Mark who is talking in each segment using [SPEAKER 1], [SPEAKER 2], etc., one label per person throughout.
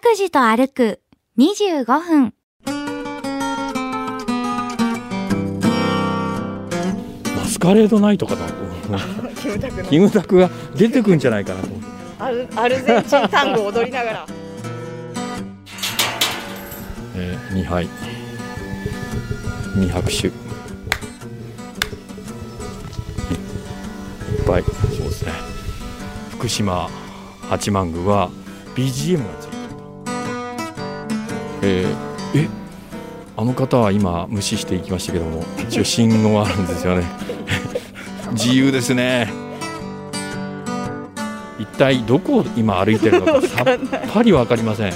[SPEAKER 1] くじと歩く25分。
[SPEAKER 2] マスカレードナイトかなと思って
[SPEAKER 3] キムタクの
[SPEAKER 2] キムタクが出てくんじゃないかなと思って
[SPEAKER 3] アルアルゼンチン単語を踊りながら
[SPEAKER 2] えー、2杯2拍手いっぱいそうですね福島八幡宮は BGM がついてるえーえあの方は今無視していきましたけども一応信号あるんですよね 自由ですね一体どこを今歩いてるのかさっぱり分かりません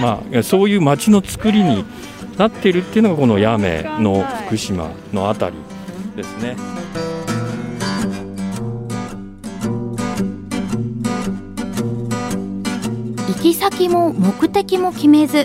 [SPEAKER 2] まあ、そういう町の作りになってるっていうのがこの八女の福島のあたりですね。
[SPEAKER 1] 行き先も目的も決めず、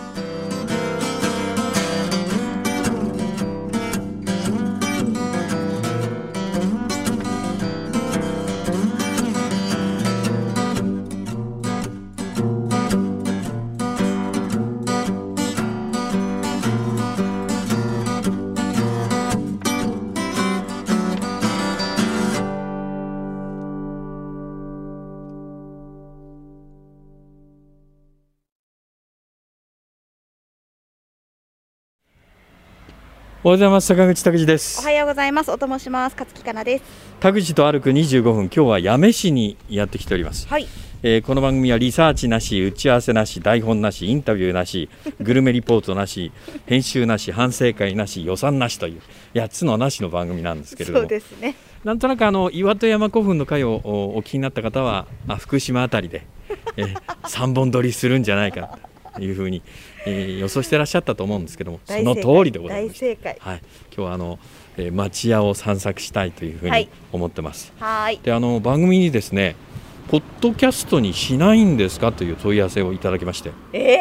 [SPEAKER 2] おはようございます坂口拓司で
[SPEAKER 3] お
[SPEAKER 2] す
[SPEAKER 3] は。ようございますおともします勝木かなです
[SPEAKER 2] 拓司と歩く25分今日は八女市にやってきております。
[SPEAKER 3] はい
[SPEAKER 2] えーこの番組はリサーチなし打ち合わせなし台本なしインタビューなしグルメリポートなし編集なし反省会なし予算なしという8つのなしの番組なんですけれど
[SPEAKER 3] そう
[SPEAKER 2] も
[SPEAKER 3] ですね
[SPEAKER 2] なんとなくあの岩戸山古墳の回をおお聞きになった方は、あ、福島あたりで、えー三本撮りするんじゃないかというふうに、えー予想してらっしゃったと思うんですけどもそ
[SPEAKER 3] 大
[SPEAKER 2] の
[SPEAKER 3] 正解
[SPEAKER 2] 通りでございま
[SPEAKER 3] 大
[SPEAKER 2] す。
[SPEAKER 3] 正解
[SPEAKER 2] はい、今日はあの、えー町屋を散策したいというふう
[SPEAKER 3] は
[SPEAKER 2] に
[SPEAKER 3] い
[SPEAKER 2] 思ってます。
[SPEAKER 3] はーい
[SPEAKER 2] であの番組にですねポッドキャストにしないんですかという問い合わせをいただきまして、
[SPEAKER 3] え
[SPEAKER 2] え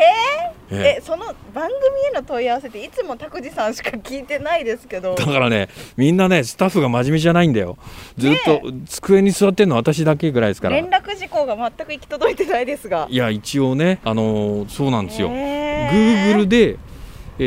[SPEAKER 3] ー、
[SPEAKER 2] ー
[SPEAKER 3] えその番組への問い合わせっていつも拓司さんしか聞いてないですけど
[SPEAKER 2] だからねみんなねスタッフが真面目じゃないんだよずっと机に座ってるの私だけぐらいですから
[SPEAKER 3] 連絡事項が全く行き届いてないですが
[SPEAKER 2] いや一応ねあのーそうなんですよ、
[SPEAKER 3] え
[SPEAKER 2] Google で、え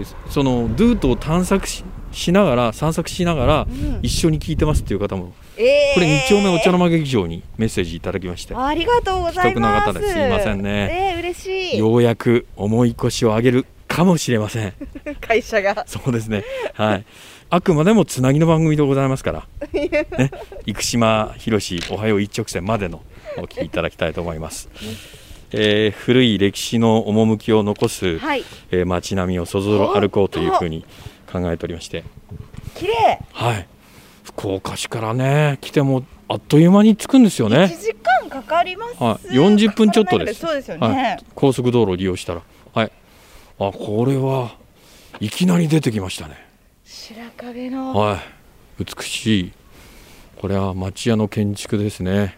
[SPEAKER 2] ーその Doot を探索ししながら散策しながら
[SPEAKER 3] ん
[SPEAKER 2] 一緒に聞いてますっていう方も、
[SPEAKER 3] えー
[SPEAKER 2] これ2丁目お茶の間劇場にメッセージいただきまして、
[SPEAKER 3] ありがとうございます
[SPEAKER 2] 不徳の方ですいませんね
[SPEAKER 3] えー、嬉しい
[SPEAKER 2] ようやく重い腰を上げるかもしれませ ん
[SPEAKER 3] 会社が
[SPEAKER 2] そうですねはいあくまでもつなぎの番組でございますから、ね、生島ひろしおはよう一直線までのお聞きいただきたいと思い ます、えー古い歴史の趣を残す、
[SPEAKER 3] はい
[SPEAKER 2] えー街並みをそぞろ歩こうというふうに考えておりまして、
[SPEAKER 3] 綺麗
[SPEAKER 2] はい、福岡市からね来てもあっという間に着くんですよね、
[SPEAKER 3] 1時間かかります、
[SPEAKER 2] はい、40分ちょっとです
[SPEAKER 3] そうですよね、
[SPEAKER 2] はい、高速道路を利用したら、はい、あこれはいきなり出てきましたね、
[SPEAKER 3] 白壁の、
[SPEAKER 2] はい、美しいこれは町屋の建築ですね、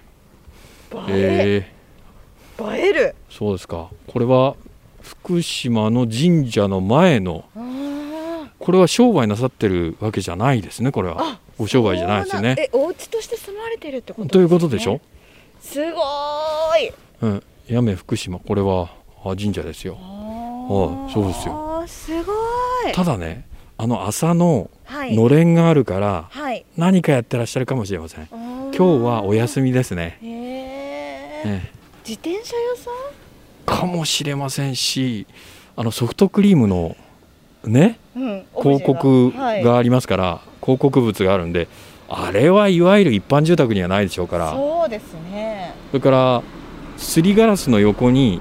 [SPEAKER 3] 映え、
[SPEAKER 2] え
[SPEAKER 3] 映える
[SPEAKER 2] ーそうですかこれは福島の神社の前の
[SPEAKER 3] あー
[SPEAKER 2] これは商売なさってるわけじゃないですねこれはご商売じゃないですよね
[SPEAKER 3] そうなんえお家として住まれてるってこと
[SPEAKER 2] ということでしょ、
[SPEAKER 3] すごーい
[SPEAKER 2] うん、八女福島これはあ神社ですよ
[SPEAKER 3] は
[SPEAKER 2] そうですよ
[SPEAKER 3] よすごーい
[SPEAKER 2] ただねあの朝の
[SPEAKER 3] はい
[SPEAKER 2] のれんがあるから、
[SPEAKER 3] はい
[SPEAKER 2] 何かやってらっしゃるかもしれません
[SPEAKER 3] 今
[SPEAKER 2] 今日はお休みですね、
[SPEAKER 3] みへー
[SPEAKER 2] ええ
[SPEAKER 3] 自転車屋さん
[SPEAKER 2] かもしれませんしあのソフトクリームのね
[SPEAKER 3] うんオブ
[SPEAKER 2] 広
[SPEAKER 3] ジェが
[SPEAKER 2] 告
[SPEAKER 3] は
[SPEAKER 2] がありますから、広告物があるんであれはいわゆる一般住宅にはないでしょうか
[SPEAKER 3] い、
[SPEAKER 2] らそ
[SPEAKER 3] そうですね
[SPEAKER 2] れからすりガラスの横に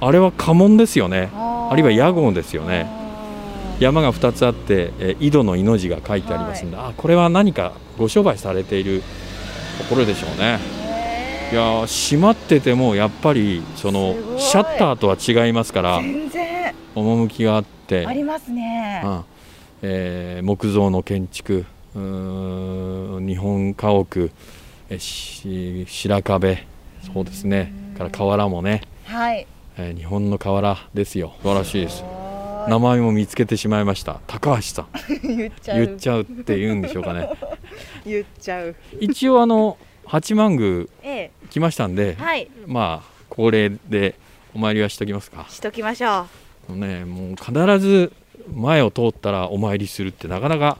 [SPEAKER 2] あれは家紋ですよね
[SPEAKER 3] あ
[SPEAKER 2] あるいは屋
[SPEAKER 3] で
[SPEAKER 2] 号ですよね山が2つあって、えー井戸の命が書いてありますんで、あこれは何かご商売されているところでしょうね。いやー閉まっててもやっぱりその
[SPEAKER 3] すごい
[SPEAKER 2] シャッターとは違いますから
[SPEAKER 3] 全然
[SPEAKER 2] 趣があって
[SPEAKER 3] ありますね
[SPEAKER 2] うんえー木造の建築うーん日本家屋、えし白壁そうですねから瓦もね、
[SPEAKER 3] はい。
[SPEAKER 2] えー日本の瓦ですよ素晴らしいです
[SPEAKER 3] お
[SPEAKER 2] 名前も見つけてしまいました高橋さん
[SPEAKER 3] ー言っちゃう。
[SPEAKER 2] 言っちゃうって言うんでしょうかね
[SPEAKER 3] 言っちゃう。
[SPEAKER 2] 一応あの八幡宮
[SPEAKER 3] え
[SPEAKER 2] 来ましたんで
[SPEAKER 3] え、はい。
[SPEAKER 2] まあ恒例でお参りはしときますか
[SPEAKER 3] しときましょう。
[SPEAKER 2] ねもう必ず前を通ったらお参りするってなかなか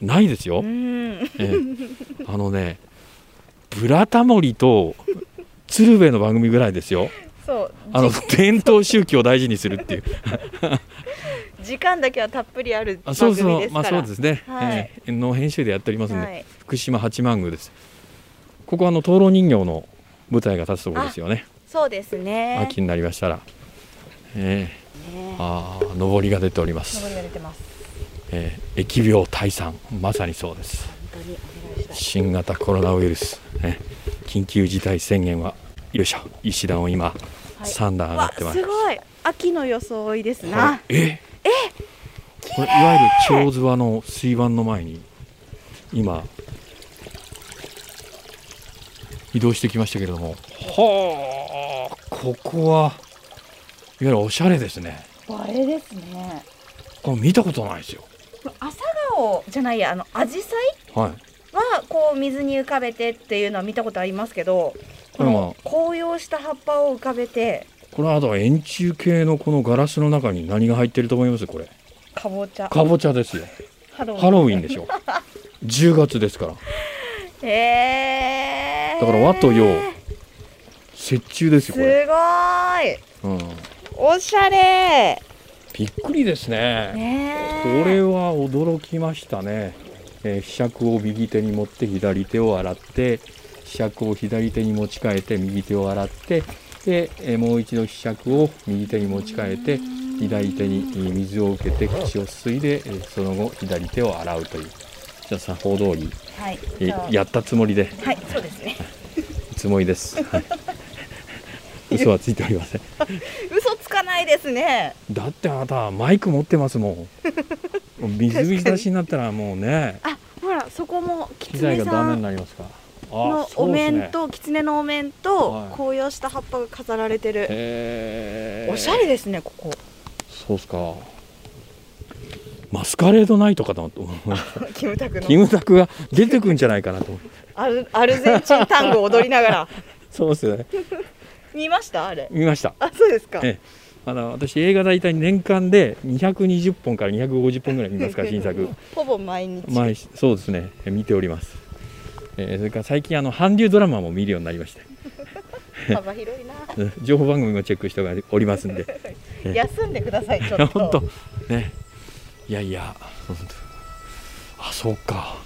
[SPEAKER 2] ないですよ
[SPEAKER 3] う、ん。
[SPEAKER 2] ええあのね「ブラタモリ」と鶴瓶の番組ぐらいですよ
[SPEAKER 3] そう。
[SPEAKER 2] あ の伝統宗教を大事にするっていう
[SPEAKER 3] 時間だけはたっぷりある
[SPEAKER 2] あ
[SPEAKER 3] 番
[SPEAKER 2] そう
[SPEAKER 3] 組ですから。
[SPEAKER 2] そうまあそうですね、
[SPEAKER 3] はい
[SPEAKER 2] ええの編集でやっておりますんで、
[SPEAKER 3] はい
[SPEAKER 2] 福島八幡宮ですここはあの灯籠人形の舞台が立つところですよね
[SPEAKER 3] そうですね。
[SPEAKER 2] 秋になりましたら、ええ
[SPEAKER 3] ね
[SPEAKER 2] ああ上りが出ておりま
[SPEAKER 3] 上り
[SPEAKER 2] す、
[SPEAKER 3] が出てます。
[SPEAKER 2] ええ疫病退散まさにそうです
[SPEAKER 3] 本当にお願いしたい。
[SPEAKER 2] 新型コロナウイルス、ね、緊急事態宣言はよいしょ石段を今、
[SPEAKER 3] はい
[SPEAKER 2] 三段上がってますす
[SPEAKER 3] ごい。秋の装いです
[SPEAKER 2] は
[SPEAKER 3] な。
[SPEAKER 2] いえこれいわゆる長ズワの水盤の前に今移動してきましたけれどもはあここはいわゆるおしゃれですね
[SPEAKER 3] あれですね。
[SPEAKER 2] これ見たことないですよ
[SPEAKER 3] 朝顔じゃないや、あの紫陽
[SPEAKER 2] はい
[SPEAKER 3] 花はこう水に浮かべてっていうのは見たことありますけど、この紅葉した葉っぱを浮かべて
[SPEAKER 2] これあとは円柱形のこのガラスの中に何が入ってると思いますこれ
[SPEAKER 3] かぼちゃ。
[SPEAKER 2] かぼちゃですよ
[SPEAKER 3] ハロ
[SPEAKER 2] ハロウィンでしょ10月ですから
[SPEAKER 3] ン。えー。
[SPEAKER 2] だから和と洋雪中ですよ
[SPEAKER 3] すご
[SPEAKER 2] これ、
[SPEAKER 3] ーい。
[SPEAKER 2] うん、
[SPEAKER 3] おしゃれ。
[SPEAKER 2] びっくりですね
[SPEAKER 3] ね
[SPEAKER 2] これは驚きましたね、えー、柄杓を右手に持って左手を洗って柄杓を左手に持ち替えて右手を洗ってで、えーもう一度柄杓を右手に持ち替えて左手にえー水を受けて口をすすいで、えーその後左手を洗うというじゃあ作法通り、
[SPEAKER 3] はい。
[SPEAKER 2] えー
[SPEAKER 3] じゃあ
[SPEAKER 2] やったつもりで
[SPEAKER 3] はい、そうですね。
[SPEAKER 2] つもりです、はい 嘘はついておりません
[SPEAKER 3] 嘘つかないですね。
[SPEAKER 2] だってあなたマイク持ってます もん水浸しになったらもうね
[SPEAKER 3] あ、ほら、そこも
[SPEAKER 2] 機
[SPEAKER 3] 狐
[SPEAKER 2] 材がダ
[SPEAKER 3] さ
[SPEAKER 2] メに
[SPEAKER 3] ん
[SPEAKER 2] なりますからあ
[SPEAKER 3] のお面
[SPEAKER 2] そうですね
[SPEAKER 3] と、狐のお面
[SPEAKER 2] は
[SPEAKER 3] と
[SPEAKER 2] い
[SPEAKER 3] 紅葉した葉っぱが飾られてる。
[SPEAKER 2] へー
[SPEAKER 3] おしゃれですね、こ こ。
[SPEAKER 2] そうっすかマスカレードナイトかと思って
[SPEAKER 3] キムタ ク
[SPEAKER 2] キ
[SPEAKER 3] の
[SPEAKER 2] ムタクが出てくんじゃないかなと思って
[SPEAKER 3] アルアルゼンチンタンゴを踊りながら
[SPEAKER 2] そうですね
[SPEAKER 3] 見ましたあれ。
[SPEAKER 2] 見ました
[SPEAKER 3] あ、そうですか。
[SPEAKER 2] ええあの私映画大体年間で220本から250本ぐらい見 ますから新作
[SPEAKER 3] ほぼ毎日。
[SPEAKER 2] 前そうですねえ見ております、えーそれから最近あの韓流ドラマも見るようになりまして
[SPEAKER 3] 幅広いな。
[SPEAKER 2] うん情報番組もチェックしておりますんで、え
[SPEAKER 3] 休んでください。ち
[SPEAKER 2] い
[SPEAKER 3] ょ
[SPEAKER 2] や
[SPEAKER 3] っ と。
[SPEAKER 2] 本当ね、いやいや、本当あ、そうか、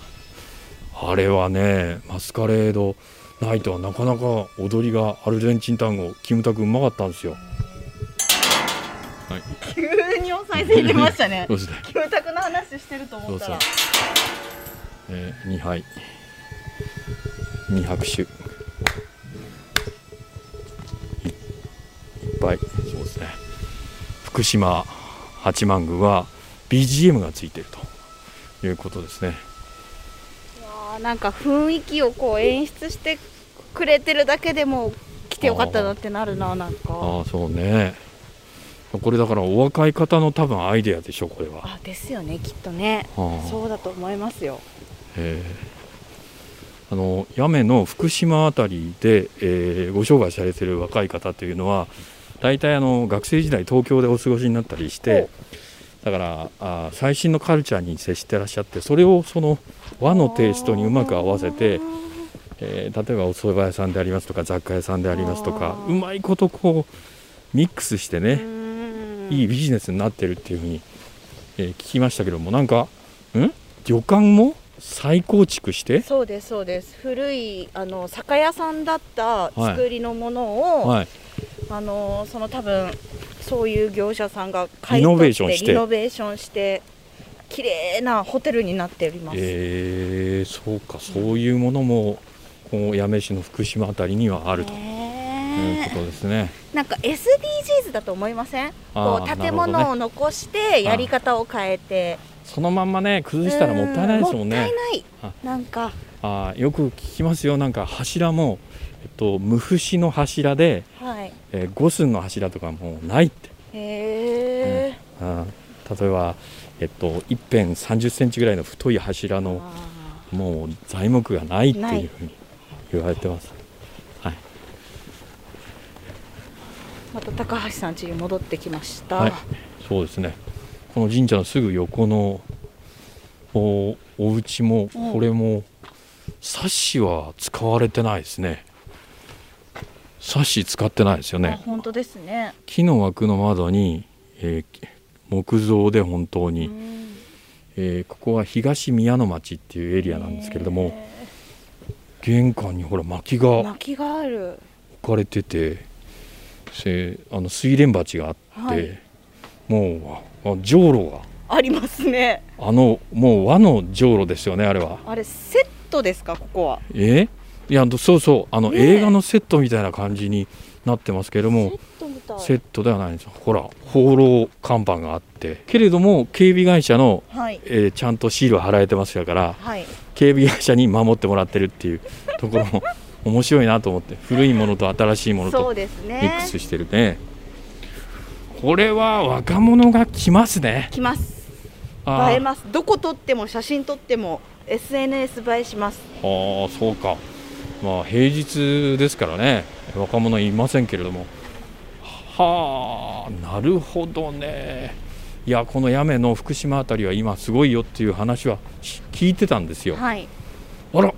[SPEAKER 2] あれはね、マスカレードナイトはなかなか踊りがアルゼンチン単語、キムタクうまかったんですよ。はい、
[SPEAKER 3] 急にお賽銭出まし たね
[SPEAKER 2] そ。うですね、
[SPEAKER 3] キムタクの話してると思ったら。
[SPEAKER 2] えー、二杯、二拍手、いいっぱい、そうですね。福島八幡宮は BGM がついているということですね。
[SPEAKER 3] わあなんか雰囲気をこう演出してくれてるだけでも来てよかったなってなるななんか
[SPEAKER 2] ああそうねこれだからお若い方の多分アイデアでしょこれは
[SPEAKER 3] あですよねきっとね
[SPEAKER 2] ああ
[SPEAKER 3] そうだと思いますよ
[SPEAKER 2] えーあの八女の福島あたりで、えーご商売されてる若い方というのは大体あの学生時代東京でお過ごしになったりしてだからあー最新のカルチャーに接してらっしゃってそれをその和のテイストにうまく合わせてえー例えばお蕎麦屋さんでありますとか雑貨屋さんでありますとか
[SPEAKER 3] あ
[SPEAKER 2] う
[SPEAKER 3] ー
[SPEAKER 2] まいことこうミックスしてね、いい
[SPEAKER 3] い
[SPEAKER 2] ビジネスになってるっていうふうに、えー聞きましたけどもなんかん旅館も再構築して、
[SPEAKER 3] そうですそうです古いあの酒屋さんだった作りのものを、
[SPEAKER 2] はい、
[SPEAKER 3] あのその多分そういう業者さんが買い
[SPEAKER 2] リノベー
[SPEAKER 3] 取
[SPEAKER 2] ション
[SPEAKER 3] っ
[SPEAKER 2] して
[SPEAKER 3] てリノベーションして綺麗なホテルになっております、
[SPEAKER 2] えーそうかそういうものもこの八女市の福島あたりにはあるという
[SPEAKER 3] ねえ
[SPEAKER 2] ことですね。
[SPEAKER 3] なんか SDGs だと思いません
[SPEAKER 2] あーな
[SPEAKER 3] こう
[SPEAKER 2] るほどね
[SPEAKER 3] 建物を残してやり方を変えて
[SPEAKER 2] そのまんまね崩したらもったいないですもん
[SPEAKER 3] う
[SPEAKER 2] ね
[SPEAKER 3] もったいない
[SPEAKER 2] あ
[SPEAKER 3] なんか
[SPEAKER 2] あーよく聞きますよなんか柱も、えっと、無節の柱で、
[SPEAKER 3] はい。
[SPEAKER 2] えー五寸の柱とかもうないって、
[SPEAKER 3] へえ。
[SPEAKER 2] うん例えば、えっと、一辺3 0ンチぐらいの太い柱の
[SPEAKER 3] あ
[SPEAKER 2] もう材木がないって
[SPEAKER 3] ないいう
[SPEAKER 2] ふうに言われてます。はい、
[SPEAKER 3] ーまた高橋さん家に戻ってきました。
[SPEAKER 2] はい、そうですね。この神社のすぐ横のおお家も
[SPEAKER 3] うん
[SPEAKER 2] これもサッシは使われてないですね。サッシ使ってないですよ
[SPEAKER 3] あ
[SPEAKER 2] ね。
[SPEAKER 3] 本当ですね。
[SPEAKER 2] 木の枠の窓に、えー木造で本当に、
[SPEAKER 3] うん
[SPEAKER 2] えーここは東宮の町っていうエリアなんですけれども、玄関にほら薪が
[SPEAKER 3] へー
[SPEAKER 2] 置
[SPEAKER 3] 薪がある。
[SPEAKER 2] かれてて、せあの水蓮鉢があって、
[SPEAKER 3] はい
[SPEAKER 2] もうあじょうろが
[SPEAKER 3] ありますね。
[SPEAKER 2] あのもう和のじょうろですよねあれは
[SPEAKER 3] あれセットですかここは。
[SPEAKER 2] えいやそうそうあの
[SPEAKER 3] ねえ
[SPEAKER 2] 映画のセットみたいな感じになってますけれども
[SPEAKER 3] トみた
[SPEAKER 2] セットではないんですよほら放浪看板があってけれども警備会社の、
[SPEAKER 3] はい
[SPEAKER 2] えーちゃんとシールを貼られてますから
[SPEAKER 3] はい。
[SPEAKER 2] 警備会社に守ってもらってるっていう ところも面白いなと思って古いものと新しいもの
[SPEAKER 3] そう
[SPEAKER 2] と
[SPEAKER 3] です
[SPEAKER 2] ミ
[SPEAKER 3] ね。
[SPEAKER 2] ックスしてるねこれは若者が来ますね
[SPEAKER 3] 来ます。
[SPEAKER 2] あー
[SPEAKER 3] 映えます。どこ撮っても写真撮っても SNS 映えします。
[SPEAKER 2] ああそうかまあ平日ですからね若者いませんけれどもはあなるほどねいやこの八女の福島あたりは今すごいよっていう話はし聞いてたんですよ
[SPEAKER 3] はい。
[SPEAKER 2] あら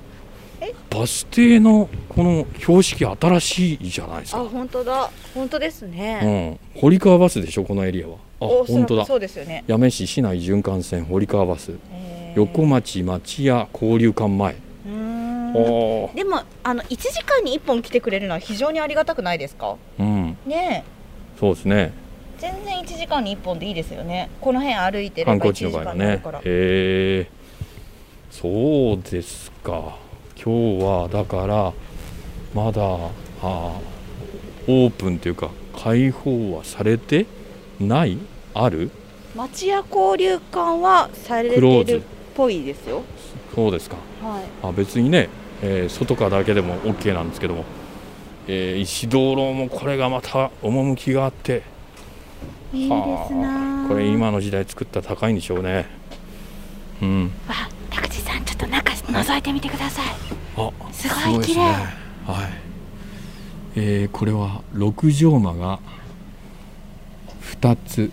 [SPEAKER 3] え
[SPEAKER 2] バス停のこの標識新しいじゃないです
[SPEAKER 3] あ
[SPEAKER 2] か、
[SPEAKER 3] 本当だ。本当ですね。
[SPEAKER 2] うん、堀川バスでしょこのエリアはあ
[SPEAKER 3] おそらく
[SPEAKER 2] 本当だ
[SPEAKER 3] そうですよね。
[SPEAKER 2] 八女市市内循環線堀川バス
[SPEAKER 3] へー
[SPEAKER 2] 横町町屋交流館前、
[SPEAKER 3] うーん
[SPEAKER 2] あー
[SPEAKER 3] でもあの一時間に一本来てくれるのは非常にありがたくないですか。
[SPEAKER 2] うん
[SPEAKER 3] ね
[SPEAKER 2] そうですね
[SPEAKER 3] え、全然一時間に一本でいいですよね。この辺歩いてれば
[SPEAKER 2] 観光
[SPEAKER 3] 一
[SPEAKER 2] 地
[SPEAKER 3] 時
[SPEAKER 2] の場合
[SPEAKER 3] 間
[SPEAKER 2] は
[SPEAKER 3] になる
[SPEAKER 2] ね
[SPEAKER 3] から。。
[SPEAKER 2] へえそうですか。今日はだからまだあーオープンというか開放はされてないある
[SPEAKER 3] 町屋交流館はされ
[SPEAKER 2] クロー
[SPEAKER 3] て
[SPEAKER 2] ズ
[SPEAKER 3] るっぽいですよ。
[SPEAKER 2] そうですか。
[SPEAKER 3] はい。
[SPEAKER 2] あ別にね、えー外からだけでも OK なんですけども、えー石灯籠もこれがまた趣があって
[SPEAKER 3] いいです
[SPEAKER 2] は
[SPEAKER 3] な
[SPEAKER 2] あ
[SPEAKER 3] あ。
[SPEAKER 2] これ今の時代作ったら高いんでしょうね。うん。
[SPEAKER 1] わ拓司さんちょっと中覗いてみてください
[SPEAKER 2] あ
[SPEAKER 1] すごい
[SPEAKER 2] で
[SPEAKER 1] 綺麗
[SPEAKER 2] はいえーこれは六畳間が2つ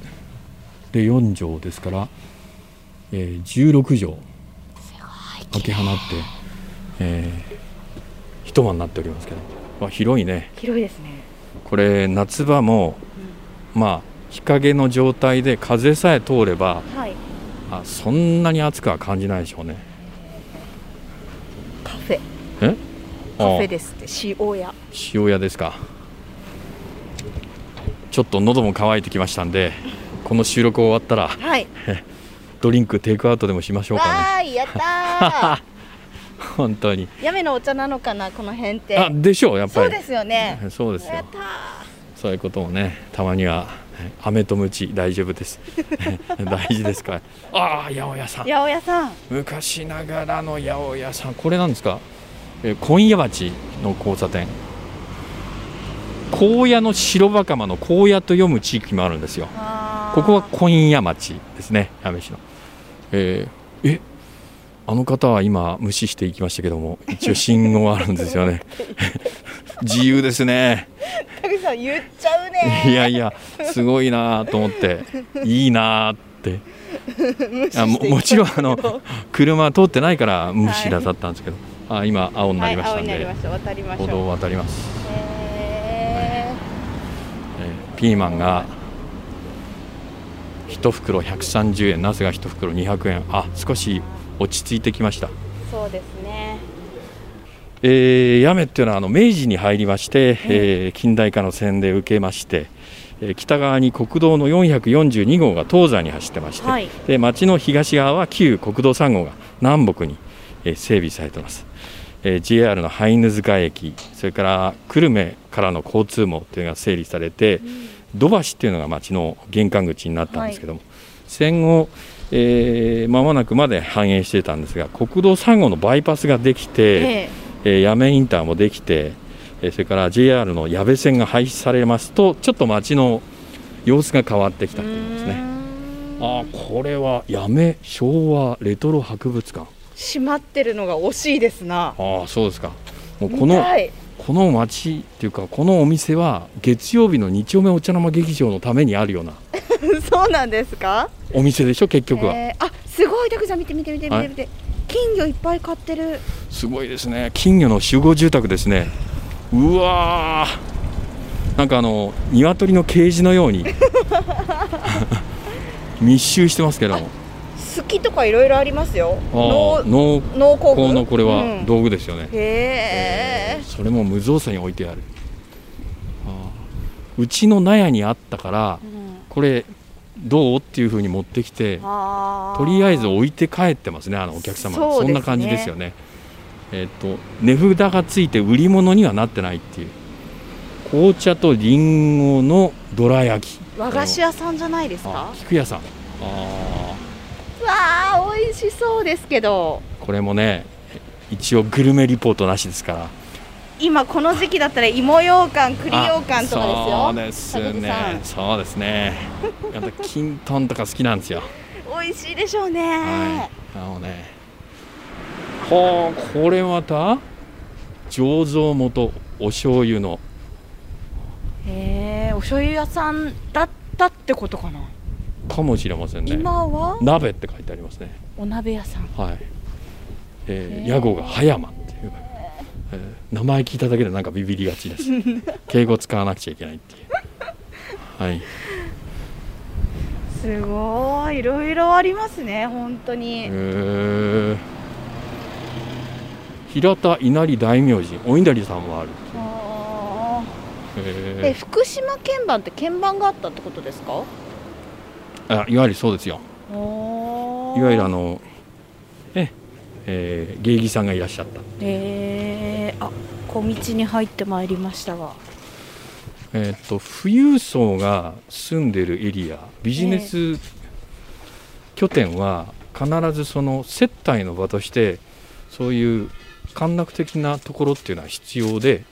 [SPEAKER 2] で4畳ですから、えー16畳開け放って、えー一間になっておりますけど、まあ、広いね
[SPEAKER 3] 広いですね。
[SPEAKER 2] これ夏場も、まあ日陰の状態で風さえ通れば
[SPEAKER 3] はい。
[SPEAKER 2] あそんなに暑くは感じないでしょうね
[SPEAKER 3] カフェ
[SPEAKER 2] え
[SPEAKER 3] カフ
[SPEAKER 2] あ
[SPEAKER 3] ェですって塩屋。
[SPEAKER 2] 塩屋ですかちょっと喉も渇いてきましたんでこの収録終わったら
[SPEAKER 3] はい。
[SPEAKER 2] ドリンクテイクアウトでもしましょうかね
[SPEAKER 3] わーいやった
[SPEAKER 2] 本当に
[SPEAKER 3] ー。やめのお茶なのかなこの辺って。
[SPEAKER 2] あでしょうやっ
[SPEAKER 3] そ
[SPEAKER 2] ぱ
[SPEAKER 3] う
[SPEAKER 2] り
[SPEAKER 3] ですよね。
[SPEAKER 2] そうです
[SPEAKER 3] や
[SPEAKER 2] よ
[SPEAKER 3] ったー。
[SPEAKER 2] そういうこともねたまには飴とムチ大丈夫 です大事ですからああ八百屋さん
[SPEAKER 3] 八百屋さん。
[SPEAKER 2] 昔ながらの八百屋さんこれなんですかえー今夜鉢の交差点荒野の白馬釜の荒野と読む地域もあるんですよ
[SPEAKER 3] あー
[SPEAKER 2] ここは今夜町ですね、八女市の。えーえ、あの方は今、無視していきましたけども、一応信号はあるんですよ ね。自由ですね。
[SPEAKER 3] 高木さん言っちゃうね
[SPEAKER 2] いやいや、すごいなと思って、いいなって。あももちろんあの車通ってないから無視だったんですけど、あ今青になりましたん
[SPEAKER 3] はい、青になり
[SPEAKER 2] で、
[SPEAKER 3] ました渡りまし
[SPEAKER 2] 歩
[SPEAKER 3] ょう
[SPEAKER 2] 道を渡ります、
[SPEAKER 3] へ
[SPEAKER 2] えーピーマンが1袋130円ナスが1袋200円あ少し落ち着いてきました
[SPEAKER 3] ーそうですね
[SPEAKER 2] えー、八女っていうのはあの明治に入りまして、えー近代化の洗礼を受けまして、えー北側に国道の442号が東西に走ってまして、
[SPEAKER 3] はい
[SPEAKER 2] で町の東側は旧国道3号が南北に、えー整備されてます、えー JR のハイヌ塚駅それから久留米からの交通網というのが整理されて、土橋っていうのが町の玄関口になったんですけども、戦後、えー間もなくまで繁栄していたんですが国道3号のバイパスができて、
[SPEAKER 3] ええ
[SPEAKER 2] えー八女インターもできて、えーそれから JR の矢部線が廃止されますとちょっと街の様子が変わってきたというんです
[SPEAKER 3] う
[SPEAKER 2] ね
[SPEAKER 3] ーん
[SPEAKER 2] ああこれは八女昭和レトロ博物館
[SPEAKER 3] 閉まってるのが惜しいですな
[SPEAKER 2] ああそうですかもうこの
[SPEAKER 3] 見たい
[SPEAKER 2] この街っていうかこのお店は月曜日の2丁目お茶の間劇場のためにあるような
[SPEAKER 3] そうなんですか
[SPEAKER 2] お店でしょ結局は、
[SPEAKER 3] えーあすごいたくさん見て見て見て見
[SPEAKER 2] は
[SPEAKER 3] て
[SPEAKER 2] い
[SPEAKER 3] 見て、金魚いっぱい買ってる
[SPEAKER 2] すごいですね金魚の集合住宅ですねうわーなんかあの鶏のケージのように 密集してますけども
[SPEAKER 3] 好きとかいろいろありますよ
[SPEAKER 2] ああ
[SPEAKER 3] 農
[SPEAKER 2] 農
[SPEAKER 3] 農工
[SPEAKER 2] 耕
[SPEAKER 3] 具
[SPEAKER 2] のこれ
[SPEAKER 3] う
[SPEAKER 2] は
[SPEAKER 3] ん
[SPEAKER 2] 道具ですよね、
[SPEAKER 3] へえ
[SPEAKER 2] それも無造作に置いてあるあーうちの納屋にあったからこれどうっていうふうに持ってきてと
[SPEAKER 3] と
[SPEAKER 2] りあえず置いて帰ってますね、あのお客様、
[SPEAKER 3] そうですね
[SPEAKER 2] そんな感じですよね。えっと値札がついて売り物にはなってないっていう紅茶とりんごのどら焼き
[SPEAKER 3] 和菓子屋さんじゃないですか
[SPEAKER 2] あ
[SPEAKER 3] わ
[SPEAKER 2] 菊屋さんあ
[SPEAKER 3] あ美味しそうですけど
[SPEAKER 2] ーこれもね一応グルメリポートなしですから
[SPEAKER 3] 今この時期だったら芋羊羹栗
[SPEAKER 2] あ
[SPEAKER 3] 羊羹とかですよ
[SPEAKER 2] そうですねそうですねあときんとんとか好きなんですよ
[SPEAKER 3] 高木さん美味しいでしょうね、
[SPEAKER 2] はい、あのね、はあ、これまた醸造元お醤油の
[SPEAKER 3] へえお醤油屋さんだったってことかな、
[SPEAKER 2] かもしれませんね。
[SPEAKER 3] 今は
[SPEAKER 2] 鍋って書いてありますね。
[SPEAKER 3] お鍋屋さん
[SPEAKER 2] はい。えー、
[SPEAKER 3] へえ
[SPEAKER 2] 屋号が葉山っていう、えー名前聞いただけでなんかビビりがち です。敬語使わなくちゃいけないっていう。はい。
[SPEAKER 3] すごいいろいろありますね本当に、
[SPEAKER 2] えー平田稲荷大名人お稲荷さんもある、
[SPEAKER 3] あーえ
[SPEAKER 2] え
[SPEAKER 3] 福島鍵盤って鍵盤があったってことですか
[SPEAKER 2] ーあいわゆるそうですよ
[SPEAKER 3] おー
[SPEAKER 2] いわゆるあの、ねえー芸妓さんがいらっしゃった、
[SPEAKER 3] えー、あ小道に入ってまいりましたが
[SPEAKER 2] えーっと富裕層が住んでるエリアビジネス拠点は必ずその接待の場としてそういう陥落的なところっていうのは必要で、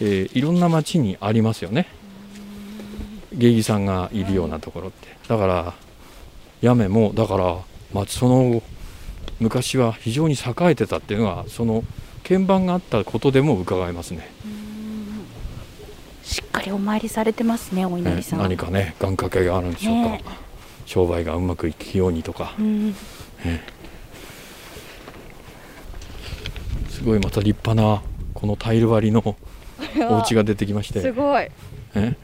[SPEAKER 2] えーいろんな町にありますよね芸妓さんがいるようなところってだから八女もだから、まあ、その昔は非常に栄えてたっていうのはその鍵盤があったことでも伺えますね。
[SPEAKER 3] しっかりお参りされてますねお稲荷
[SPEAKER 2] ね
[SPEAKER 3] さん、
[SPEAKER 2] 何かね願掛けがあるんでしょうか、
[SPEAKER 3] ね
[SPEAKER 2] 商売がうまくいくようにとか
[SPEAKER 3] うん
[SPEAKER 2] すごいまた立派なこのタイル 割りのお家が出てきまし
[SPEAKER 3] す
[SPEAKER 2] て、
[SPEAKER 3] ごい
[SPEAKER 2] ね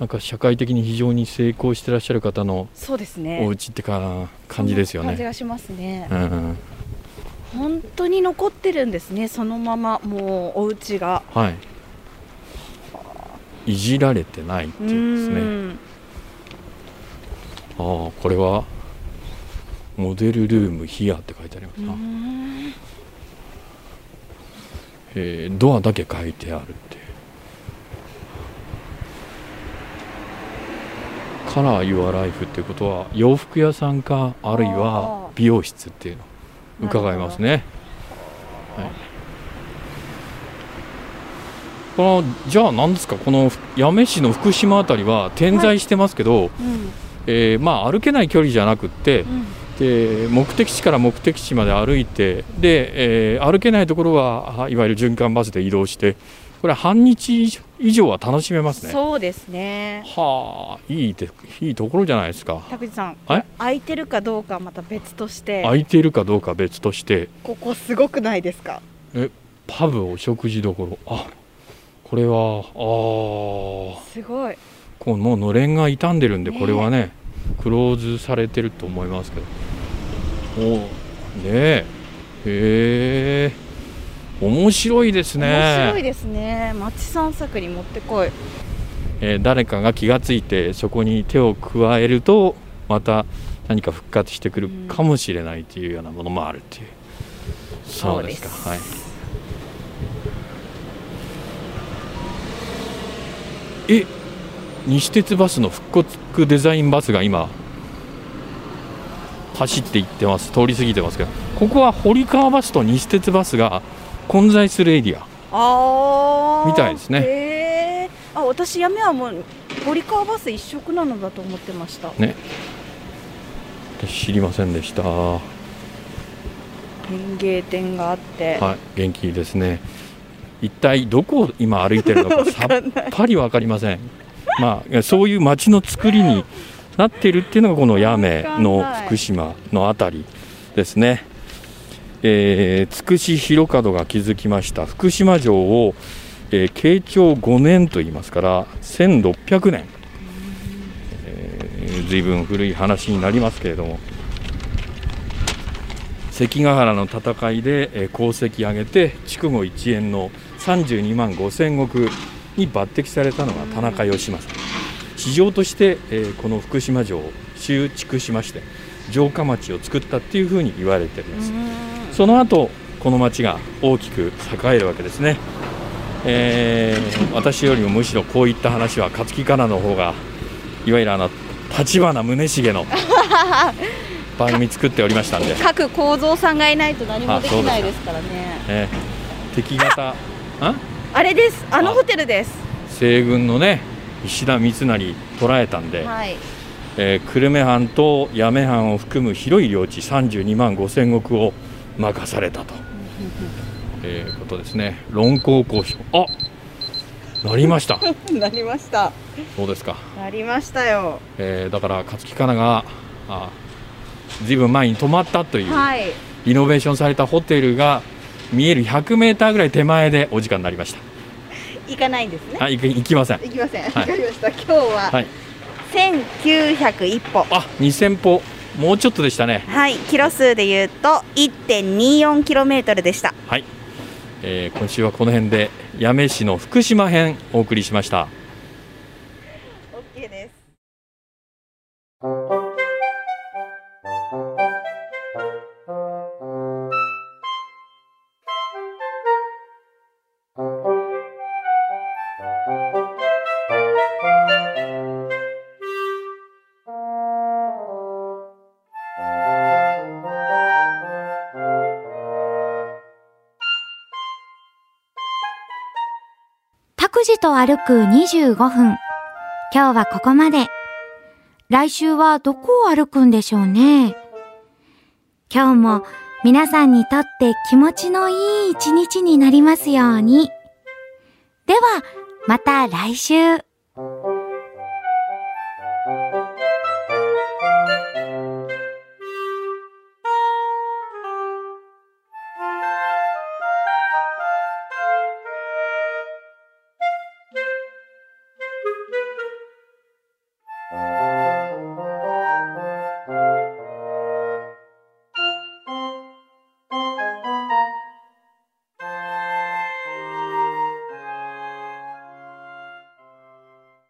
[SPEAKER 2] なんか社会的に非常に成功してらっしゃる方の
[SPEAKER 3] そうですね
[SPEAKER 2] お家ってか感じですよ
[SPEAKER 3] そんな感じ
[SPEAKER 2] ね。
[SPEAKER 3] がしますね
[SPEAKER 2] うんうん、
[SPEAKER 3] 本当に残ってるんですねそのままもうお家が
[SPEAKER 2] はいいじられてないって
[SPEAKER 3] う
[SPEAKER 2] いうんですね。
[SPEAKER 3] ん
[SPEAKER 2] ああこれはモデルルームヒアって書いてありますな、
[SPEAKER 3] うん
[SPEAKER 2] えードアだけ書いてあるっていうカラーユアライフっていうことは洋服屋さんかあるいは
[SPEAKER 3] あー
[SPEAKER 2] 美容室っていうの伺えますね、はい、このじゃあ何ですかこの八女市の福島あたりは点在してますけど、
[SPEAKER 3] うん
[SPEAKER 2] えーまあ歩けない距離じゃなくって、
[SPEAKER 3] うん
[SPEAKER 2] で目的地から目的地まで歩いてで、えー歩けないところはあいわゆる循環バスで移動してこれは半日以上以上は楽しめますね
[SPEAKER 3] そうですね
[SPEAKER 2] はあいいでいいところじゃないですか
[SPEAKER 3] 拓司さん
[SPEAKER 2] はい
[SPEAKER 3] 空いてるかどうかはまた別として
[SPEAKER 2] 空いているかどうかは別として
[SPEAKER 3] ここすごくないですか
[SPEAKER 2] パブお食事どころあこれはああ
[SPEAKER 3] すごい
[SPEAKER 2] こうもうのれんが傷んでるんで
[SPEAKER 3] ねえ
[SPEAKER 2] これはねクローズされてると思いますけどおうねえへえ面白いですね
[SPEAKER 3] 面白いですね町散策に持ってこい
[SPEAKER 2] えー誰かが気がついてそこに手を加えるとまた何か復活してくるかもしれないというようなものもあるっていう、そうですか
[SPEAKER 3] そう
[SPEAKER 2] はいえ西鉄バスの復刻デザインバスが今走っていってます通り過ぎてますけどここは堀川バスと西鉄バスが混在するエリア
[SPEAKER 3] ああ
[SPEAKER 2] みたいですね
[SPEAKER 3] へえあ私やめはもう堀川バス一色なのだと思ってましたへ
[SPEAKER 2] ね知りませんでしたは
[SPEAKER 3] 園芸店があって、
[SPEAKER 2] い元気ですね一体どこを今歩いてるの かさっぱり分かりませんまあそういう街の作りになっているっていうのがこの八女の福島のあたりですねえー、つくし広門が築きました福島城を、えー慶長5年といいますから1600年、えー、随分古い話になりますけれども関ヶ原の戦いで、えー功績上げて筑後一円の32万5千石に抜擢されたのが田中義政市場として、えーこの福島城を修築しまして城下町を作ったっていうふうに言われています
[SPEAKER 3] う。ん
[SPEAKER 2] その後この町が大きく栄えるわけですね、えー私よりもむしろこういった話は勝木かなの方がいわゆるあの立花宗茂 の番組作っておりましたんで、
[SPEAKER 3] 各構造さんがいないと何もできないですからね
[SPEAKER 2] えー敵方あ
[SPEAKER 3] あれですあのホテルです
[SPEAKER 2] 西軍のね石田三成捕らえたんで、
[SPEAKER 3] はい
[SPEAKER 2] えー久留米藩と八女藩を含む広い領地32万5千石を任されたと、えーことですね論功行賞あなりま した
[SPEAKER 3] なりました
[SPEAKER 2] そうですか、
[SPEAKER 3] なりましたよ
[SPEAKER 2] えーだから勝木かながあずいぶん前に泊まったという、
[SPEAKER 3] はい
[SPEAKER 2] リノベーションされたホテルが見える100メーターぐらい手前でお時間になりまし
[SPEAKER 3] 行かないんですね
[SPEAKER 2] たあ行く行きません
[SPEAKER 3] 行きませんわ、
[SPEAKER 2] はい
[SPEAKER 3] かりました今日は、
[SPEAKER 2] はい
[SPEAKER 3] 1901歩
[SPEAKER 2] あ2000歩もうちょっとでしたね
[SPEAKER 3] はいキロ数で言うと 1.24km でした
[SPEAKER 2] はい、えー今週はこの辺で八女市の福島編お送りしました
[SPEAKER 3] OK です
[SPEAKER 1] タクジと歩く25分。今日はここまで。来週はどこを歩くんでしょうね。今日も皆さんにとって気持ちのいい一日になりますように。では、また来週。